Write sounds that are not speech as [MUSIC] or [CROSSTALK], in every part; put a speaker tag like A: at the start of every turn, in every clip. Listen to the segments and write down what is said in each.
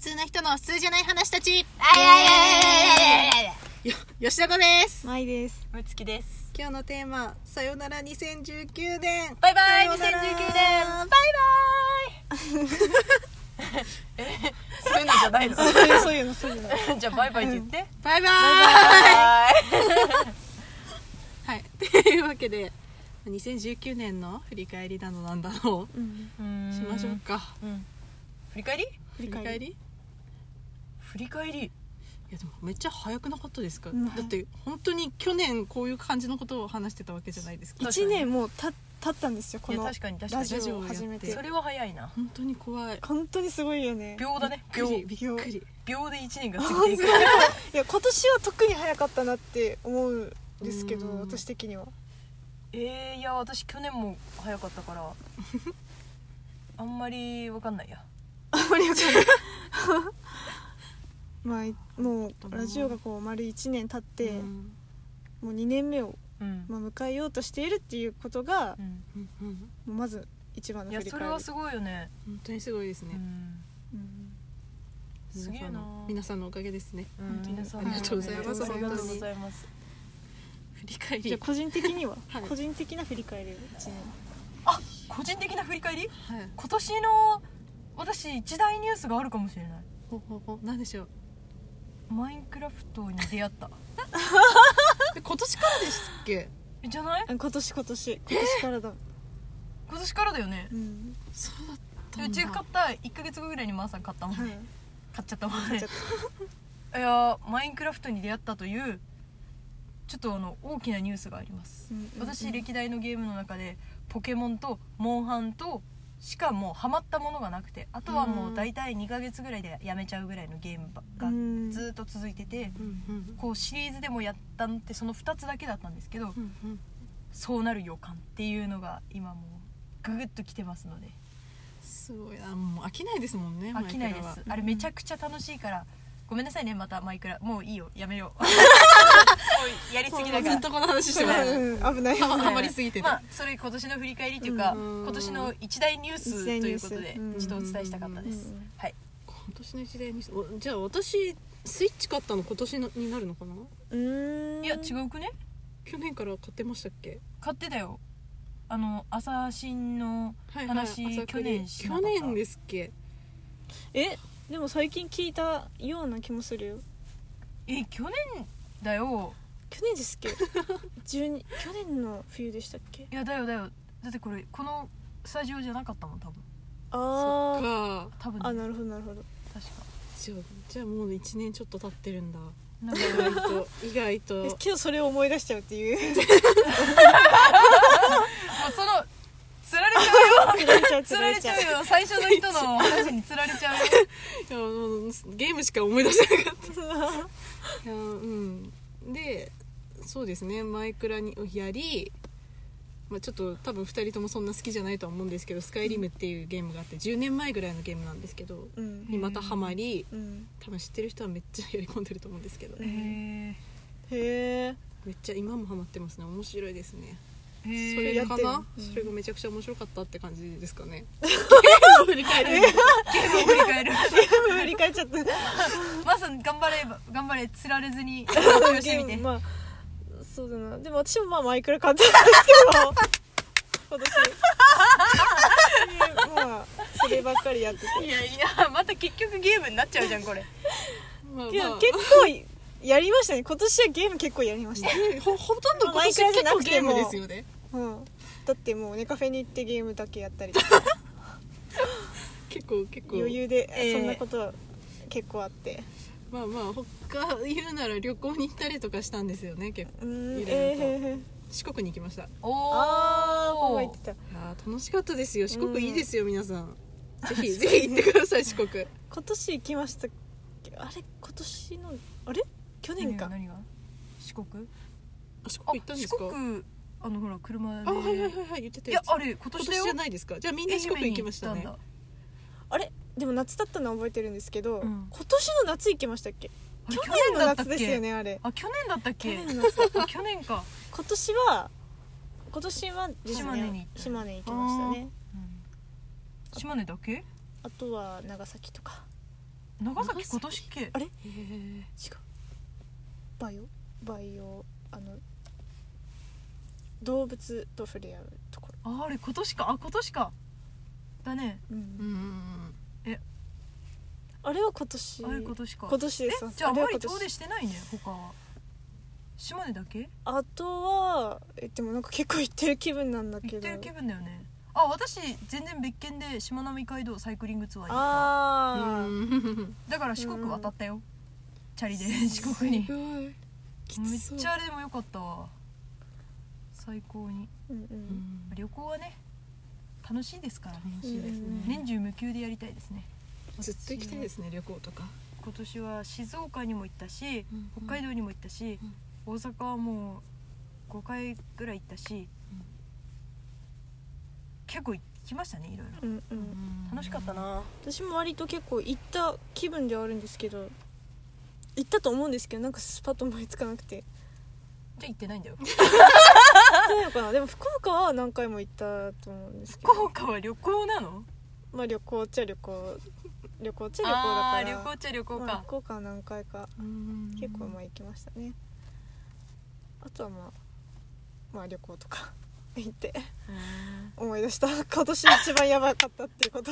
A: 通な人の普通じゃない話たち
B: あいやいやいやいやいやいや
A: よ吉田子です
C: まいです。
B: むつきです
A: 今日のテーマ「さよなら2019年」
B: バイバイ
A: さ
B: 2019
A: よなら
B: 年バイバイえそういうのじゃないの
C: そういうそういうのそういうの。
B: じゃあバイバイって言って
A: [LAUGHS] バイバイ
B: バイバイ
A: はいというわけで2019年の振り返りなどなんだろ
C: うん。
A: うしましょうか
B: うん振り返り
A: 振
C: 振
A: り返りい
B: 振り返り
A: やでもめっちゃ早くなかったですか、
C: うん
A: だって本当に去年こういう感じのことを話してたわけじゃないですか
B: い
C: 一年もうた経ったんですよこ
B: いや
C: の
B: 確かに確か
C: ラ
B: に
C: ジオを始め
A: ラジオをやって
C: て
B: そ。れは早いな
A: 本当に怖い
C: 本当にすごいよね。 [LAUGHS]
B: 秒だね
A: びっ
B: 秒
A: くりびっくり
B: 秒で一年が過ぎていく
C: いや今年は特に早かったなって思うんですけ
A: う
C: ど
A: ん
C: 私的には。
B: えー、いや私去年も早かったからあんまりわかんないや
C: あんまりわかんない。まあいもうラジオがこう丸1年経って、
A: うん
C: もう2年目を、
B: うん、
C: まあ、迎えようとしているっていうことが
B: う、ん、
A: うんうん
C: もうまず一番の
B: い
C: 振
B: や
C: り
B: そ
C: 返り
B: れはすごいよね
A: 本当にすごいです
B: う
A: ね、
B: ん
C: うん
B: すげえな
A: 皆さんのおかげですね
B: うん皆さん
C: ありがとうございます
B: ありがとうございます
A: 振り返り
C: じゃあ個人的には、
A: はい
C: 個人的な振り返り1年
B: あ個人的な振り返り
A: はい
B: 今年の私一大ニュースがあるかもしれない
A: ほほほ何でしょう
B: マインクラフトに出会った
A: [LAUGHS] で今年からでしたっけ
B: じゃない
C: あ今年今年今年か
B: [LAUGHS]
C: らだ、
B: 今年からだよね
C: うん
A: そうだったんだ
B: うち買った1か月後ぐらいにマーさん買ったもん
C: は
B: ね、
C: い
B: 買っちゃったもん
C: 買
B: ね
C: っちゃった
B: [LAUGHS] いやーマインクラフトに出会ったというちょっとあの大きなニュースがあります、
C: うんうんうん
B: 私歴代のゲームの中でポケモンとモンハンとしかもうハマったものがなくてあとはもう大体2ヶ月ぐらいでやめちゃうぐらいのゲームば
C: う
B: が
C: ん
B: ずーっと続いてて
A: うんうん
B: こうシリーズでもやったのってその2つだけだったんですけど
A: うんうん
B: そうなる予感っていうのが今もうググッときてますのです
A: ごいなもう飽きないですもんね
B: 飽きないで
A: マイ
B: す
A: ク
B: あれめちゃくちゃ楽しいからごめんなさいねまたマイクラもういいよやめよう [LAUGHS] もうやりすぎ
A: ラは
B: だ
A: ず
B: か
A: っ
B: ら
A: とこの話して
C: う
A: ま
B: は
A: す
B: い
C: んうん [LAUGHS]
A: [LAUGHS]
C: 危ない
A: ハマ
B: はい
A: ハマりすぎてて
B: まあそれ今年の振り返りというか
A: うん
B: 今年の一大ニュースということで
C: 一大ニュース
B: ちょっとお伝えしたかったです
C: うん
B: はい
A: 今年の時代におじゃあ私スイッチ買ったの今年のになるのかな
C: うーん
B: いや違うくね
A: 去年から買ってましたっけ
B: 買ってたよあの朝新の
A: はいはい
B: 話
A: 朝
B: 去
A: 栗
B: 年しなか
A: 去
B: った
A: 年ですっけ
C: えでも最近聞いたような気もするよ
B: え去年だよ
C: 去年ですっ
B: [LAUGHS]
C: け12去年の冬でしたっけ
B: いやだよだよだってこれこのスタジオじゃなかったもん多分
A: そっ
C: あ
A: か
B: 多分
C: ああなるほどなるほど
B: 確か
A: じゃあじゃあもう1年ちょっと経ってるんだ
B: なんか
A: 意外と意外
C: [LAUGHS]
A: と
C: え今日それを思い出しちゃうって
B: [LAUGHS]
C: いう
B: もうそのつられちゃうよ
C: つられちゃう
B: つ
C: つら
B: られ
C: れ
B: ち
C: ちゃ
B: ゃ
C: う
B: うよ最初の人の話につられちゃう
A: い
B: よ
A: やもうゲームしか思い出せなかったいやうんでそうですねマイクラにやり、まあ、ちょっと多分2人ともそんな好きじゃないとは思うんですけど「スカイリム」っていうゲームがあって10年前ぐらいのゲームなんですけど
C: [LAUGHS] うん
A: にまたハマり
C: うん
A: 多分知ってる人はめっちゃやり込んでると思うんですけど
C: う
B: へー [LAUGHS]
C: へ
A: めっちゃ今もハマってますね面白いですね
B: へ
A: そ
B: ー
A: れ
C: や
A: か
C: ってる
A: な、
C: うん
A: それがめちゃくちゃ面白かったって感じですか
C: [LAUGHS]
A: ね振り返る
B: ゲームを振り返る
C: え振り返っちゃった
B: まさに頑張れば頑張れつられずに勉強してみ
C: で
B: て
C: もまあそうだなでも私もまあマイクラ買った
B: [LAUGHS]
C: んですけど今年でまあそればっかりやってて、
B: いやいやまた結局ゲームになっちゃうじゃんこれ
A: まあまあ
C: いや結構やりましたね今年はゲーム結構やりました、
A: ねほほとんど今年結構ゲームですよね
C: うん、だってもうねカフェに行ってゲームだけやったり
B: [LAUGHS]
C: とか
A: 結構結構
C: 余裕で
B: ええ
C: そんなことは結構あって、
A: まあまあ他言うなら旅行に行ったりとかしたんですよね結構
C: うーん
A: い
C: え
A: ろいろと
C: えへへ
A: 四国に行きましたい
B: お
C: ああこう言
B: お
C: ってた
A: やー楽しかったですよ四
C: うん
A: 国いいですよ、皆さんぜひぜひ行ってください四国
C: 今年行きましたっけあれ今年のあれ去年か
B: 何が四国
A: あ四
B: あ
A: 国行ったんです
B: 四
A: か
B: 国あのほら車で
A: あはいはいはいはい言ってた
B: い
A: や
B: や
A: つ
B: あれ今
A: 今
B: 年
A: 年
B: だよ
A: じゃないですかじゃあみんな四
B: 愛
A: 国行
B: 媛に
A: きましたね
B: 行ったんだ
C: あれでも夏だったのは覚えてるんですけど、
B: うん
C: 今年の夏行きましたっけ
B: あれ
C: 去
B: 去
C: 年
B: 年
C: の
B: だったっ
C: 夏
B: け
C: ですよねあれ
B: あ去年だったっ
C: 去
B: け
C: 年の夏
B: あ [LAUGHS] 去年か
C: 今年は今年はですね
B: 島根に行った
C: 島根行きましたね
B: 島根だけ
C: あとは長崎とか
B: 長崎今年系
C: あれ違う
A: へえ
C: バイオバイオあの動物と触れ合うところ
B: ああれ今年かあ今年かだね
C: うん
A: うんうんうん
C: あれは今年
B: あれ今年か
C: 今年です
B: えじゃああ
C: れ
B: ま
C: は
B: り
C: 今年
B: 遠出してないね他は島根だけ
C: あとはえでもなんか結構行ってる気分なんだけ
B: 行
C: ど
B: ってる気分だよねあ私全然別件でしまなみ海道サイクリングツアー行っ
C: あー、
A: うん
B: ただから四国渡ったよ、チャリで四国
A: [LAUGHS]
B: に
A: すごいき
B: めっ
A: つそう
B: ちゃあれでもよかったわ最高に
C: うんう
A: うんん
B: 旅行はね楽しいですからね
A: 楽しいです
C: うん
A: ね
B: 年中無休でやりたいですね
A: ずっと行きたいですすね旅行とか
B: 今年は静岡にも行ったし北海
A: 道
B: 道にも行ったし、大阪はもう5回ぐらい行ったし、
A: うん
B: 結構行きましたねいろいろ
C: うんうん
B: 楽しかったな
C: 私も割と結構行った気分ではあるんですけど行ったと思うんですけどなんかスパッと思いつかなくて
B: じゃあ行ってないんだよ
C: 行ったのかなでも福岡は何回も行ったと思うんですけど
B: 福岡は旅行なの
C: まあ旅行っちゃ旅行旅行っちゃ旅行だ
B: あ
C: から
B: ー旅行っちゃ旅行か、
C: まあ、福岡は何回か
A: うん
C: 結構まあ行きましたねあとはまあまあ旅行とか [LAUGHS] 行って思い出した今年一番やばかったっていう
B: [LAUGHS]
C: こと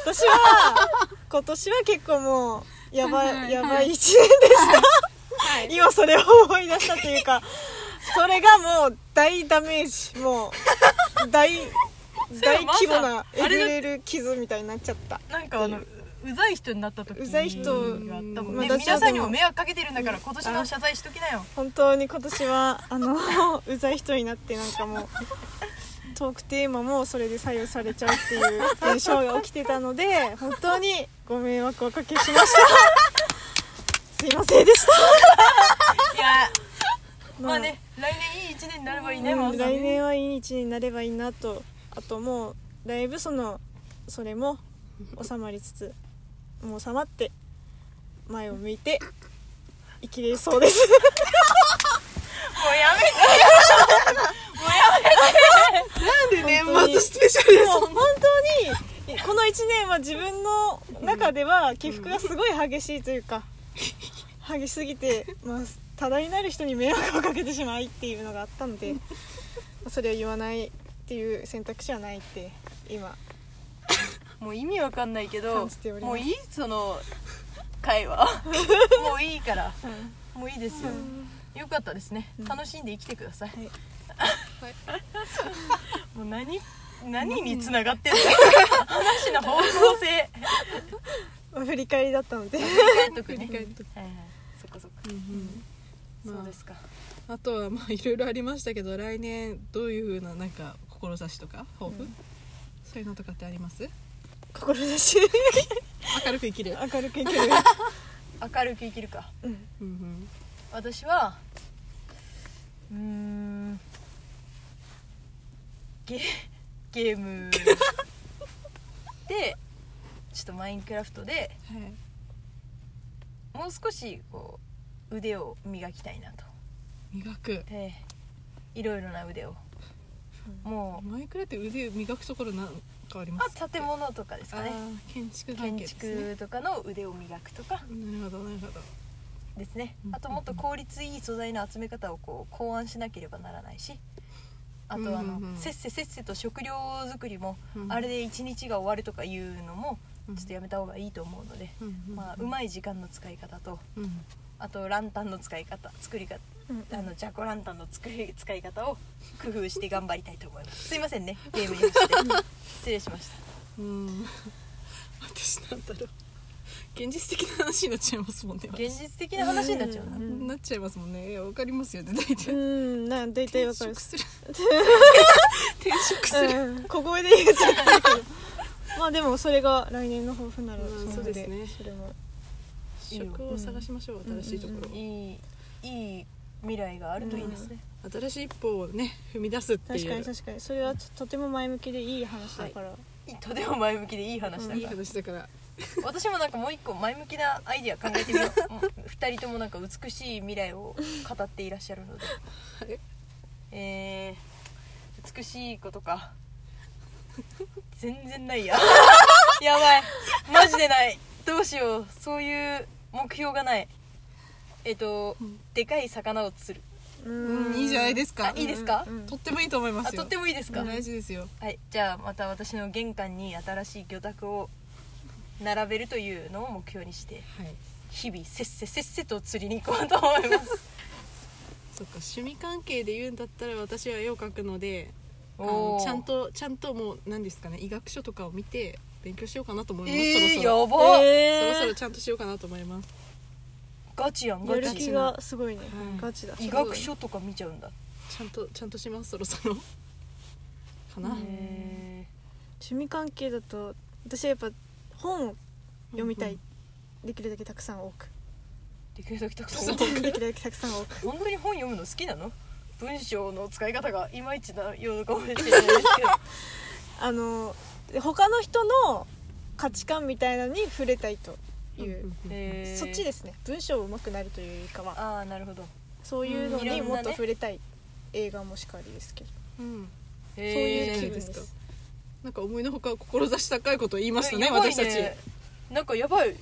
C: 私は今年は結構もうやば
A: はいはいはい
C: いやばい一年でした、 [LAUGHS] 今それを思い出したというかそれがもう大ダメージも
B: [LAUGHS]
C: う大
B: それ
C: 大
B: はまさ
C: 規模な
B: あ
C: えぐ
B: れだ
C: れる傷みたいになっちゃった
B: なんかあの
C: っ
B: うざい人になった時
C: うざい人
B: があったもんね、
C: まあ
B: 皆さんにも迷惑かけてるんだから今年の謝罪しときなよ
C: 本当に今年はあの [LAUGHS] うざい人になってなんかもうトークテーマもそれで左右されちゃうっていう現象が起きてたので本当にご迷惑をおかけしま [LAUGHS] したすいませんでした
B: いやまあね来年いい一年になればいいね、
C: うん
B: まあさ
C: 来年はいい一年になればいいなとあともうだいぶそのそれも収まりつつもう収まって前を向いて生きれそう
B: [LAUGHS]
C: です
B: もうやめて
A: 年
C: 本当に
A: 末スペシャルで
C: ですも本当にこの1年は自分の中では起伏がすごい激しいというか激しすぎて、まあ、多大なる人に迷惑をかけてしまいっていうのがあったの
A: [LAUGHS]
C: でそれを言わないっていう選択肢はないって今
B: もう意味わかんないけど
C: 感じております
B: もういいその会 [LAUGHS] 話もういいから、もういいですよ、よかったですね、楽しんで生きてください、
C: はい
B: もう何何に繋が [LAUGHS] ってんの話の方向性
C: まあ振り返りだっ
A: [LAUGHS]
C: たので
B: 振り返っとくね
A: 振り返っと
B: はいはいそっかそっか、
A: うんまあ
B: そうですか
A: あとはまあいろいろありましたけど来年どういうふうななんか志とか抱負、
C: うん
A: そういうのとかってあります
C: 志
A: 明るく生きる、
C: 明
A: [LAUGHS]
C: るく生きる、
B: 明るく生きるか
C: うん、
A: うん
B: 私はうーんゲゲー [LAUGHS] ムでちょっとマインクラフトで
A: うんはい、
B: もう少しこう腕を磨きたいなと
A: 磨く
B: でいろいろな腕をもう
A: マイクラって腕磨くところなんかありま
B: ますあ建物とかです
A: あ
B: かね
A: ー建築関
B: 建
A: 係ですね
B: 築とかの腕を磨くとか
A: なるほどなるほど
B: ですね
A: うん
B: あともっと効率いい素材の集め方をこう考案しなければならないしあとあの、
A: うんうんうん
B: せっせせっせと食料作りも、
A: うん
B: あれで一日が終わるとかいうのもちょっとやめた方がいいと思うので、
A: うんうん
B: まあ、うまい時間の使い方と
A: うん
B: あとランタンの使い方作り方あのジャコランタンの作り使い方を工夫して頑張りたいと思いますすいませんねゲームにして失礼しました
A: うん、うん、 [LAUGHS] 私なんだろう現実的な話になっちゃいますもんね
B: 現実的な話になっちゃうな、
C: うん
A: なっちゃいますもんねいやわかりますよね大
C: う
A: 体
C: んなん大体わかる
A: 転職
B: [LAUGHS]
A: する転職する、
C: うん、小声で言っちゃったけどまあでもそれが来年の抱負なら
A: うん
C: そ
A: そう
C: れ
A: です
C: で,、
A: ね
C: それも
A: 職を探しましょう、
C: うん
A: 新しいところを、
B: いいいい未来があるといいですね、
A: 新しい一歩をね踏み出すっていう
C: 確かに確かにそれはちょとても前向きでいい話だから、
B: とても前向きでいい話だから、
A: いい話だから
B: 私もなんかもう一個前向きなアイディア考えてみよう [LAUGHS] もう二人ともなんか美しい未来を語っていらっしゃるので
A: はい
B: えー、美しいこと
C: [LAUGHS]
B: か全然ないややばいマジでないどうしようそういう目標がないえっと、
A: うん
B: でかい魚を釣る
A: うんいいじゃないですすか
B: あいいですか
C: うん
A: とってもいいと思いま
B: あ
A: すよ
B: とってもいいですか、
A: 大事ですよ
B: はいじゃあまた私の玄関に新しい魚拓を並べるというのを目標にして
A: はい
B: 日々せっせせっせと釣りに行こうと思います
A: そっか趣味関係で言うんだったら私は絵を描くのであ
B: お
A: の
B: ー
A: ちゃんとちゃんともう何ですかね医学書とかを見て勉強しようかなと思い
B: え
A: ます、
B: ー、
A: そろ
B: やば、
A: そろ、
C: え
A: そろ
C: ー
A: そろちゃんとしようかなと思います
B: ガチやん
C: や
B: ガ
C: る
B: チ
C: 気がすごいね、
A: はい
C: ガチだ
B: 医学書とか見ちゃうんだ
A: ちゃんとちゃんとしますそろそろかな、
B: へ
C: 趣味関係だと私はやっぱ本を読みたい、できるだけたくさん多く
B: ーできるだけたくさん
C: できるだけたくさん多く
B: 本当に本読むの好きなの文章の使い方がいまいちなようかもしれないですけど
C: あの他の人の価値観みたいなのに触れたいと
A: うん
C: い
A: うん
C: う、
A: うん
B: へー
C: そっちですね文章上手くなるというよりかは
B: ああなるほど
C: そういうの
B: うんい
C: に
B: ろん
C: も
B: なね
C: っと触れたい、映画もしかりですけど
A: うん
B: そう
C: そういう気
A: え
C: 分です
A: いいじゃないですかなんか思いのほか志高いことを言いましたね
B: やばい
A: 私たち
B: なんかやばい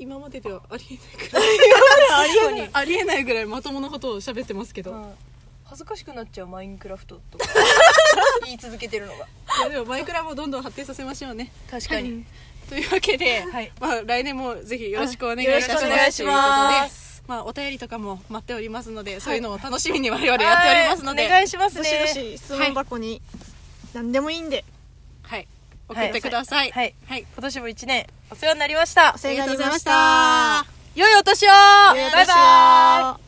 A: 今までではありえないくらい
B: ありに、
A: [LAUGHS] ありえないぐらいまともなことを喋ってますけど、
B: うん恥ずかしくなっちゃうマインクラフトとか言い続けてるのが
A: いやでもマイクラもどんどん発展させましょうね [LAUGHS]
B: 確か
A: は
B: に
A: いというわけで、
B: はい
A: まあ、来年もぜひよろしくお願いい
B: よ
A: たしま
B: ろしくお
A: す
B: 願いしま
A: というこ
B: す
A: とでまあ、お便りとかも待っておりますので、そういうのを楽しみに我々やっておりますので、
B: はいお
A: は
B: 願
A: い
B: いします
C: ど
B: ね
C: しどし質問箱に何でもいいんで
A: 送ってください、
B: はい
A: はい、
B: 今年も一年お世話になりました
C: お
A: あ
C: 世
A: り
C: 話に
A: がとうござ
C: なり
A: い
C: ま
A: ま
C: し
A: したた
B: 良いお年を
C: お願い
B: バ
C: いた
B: イ
C: し
B: バイ
C: ます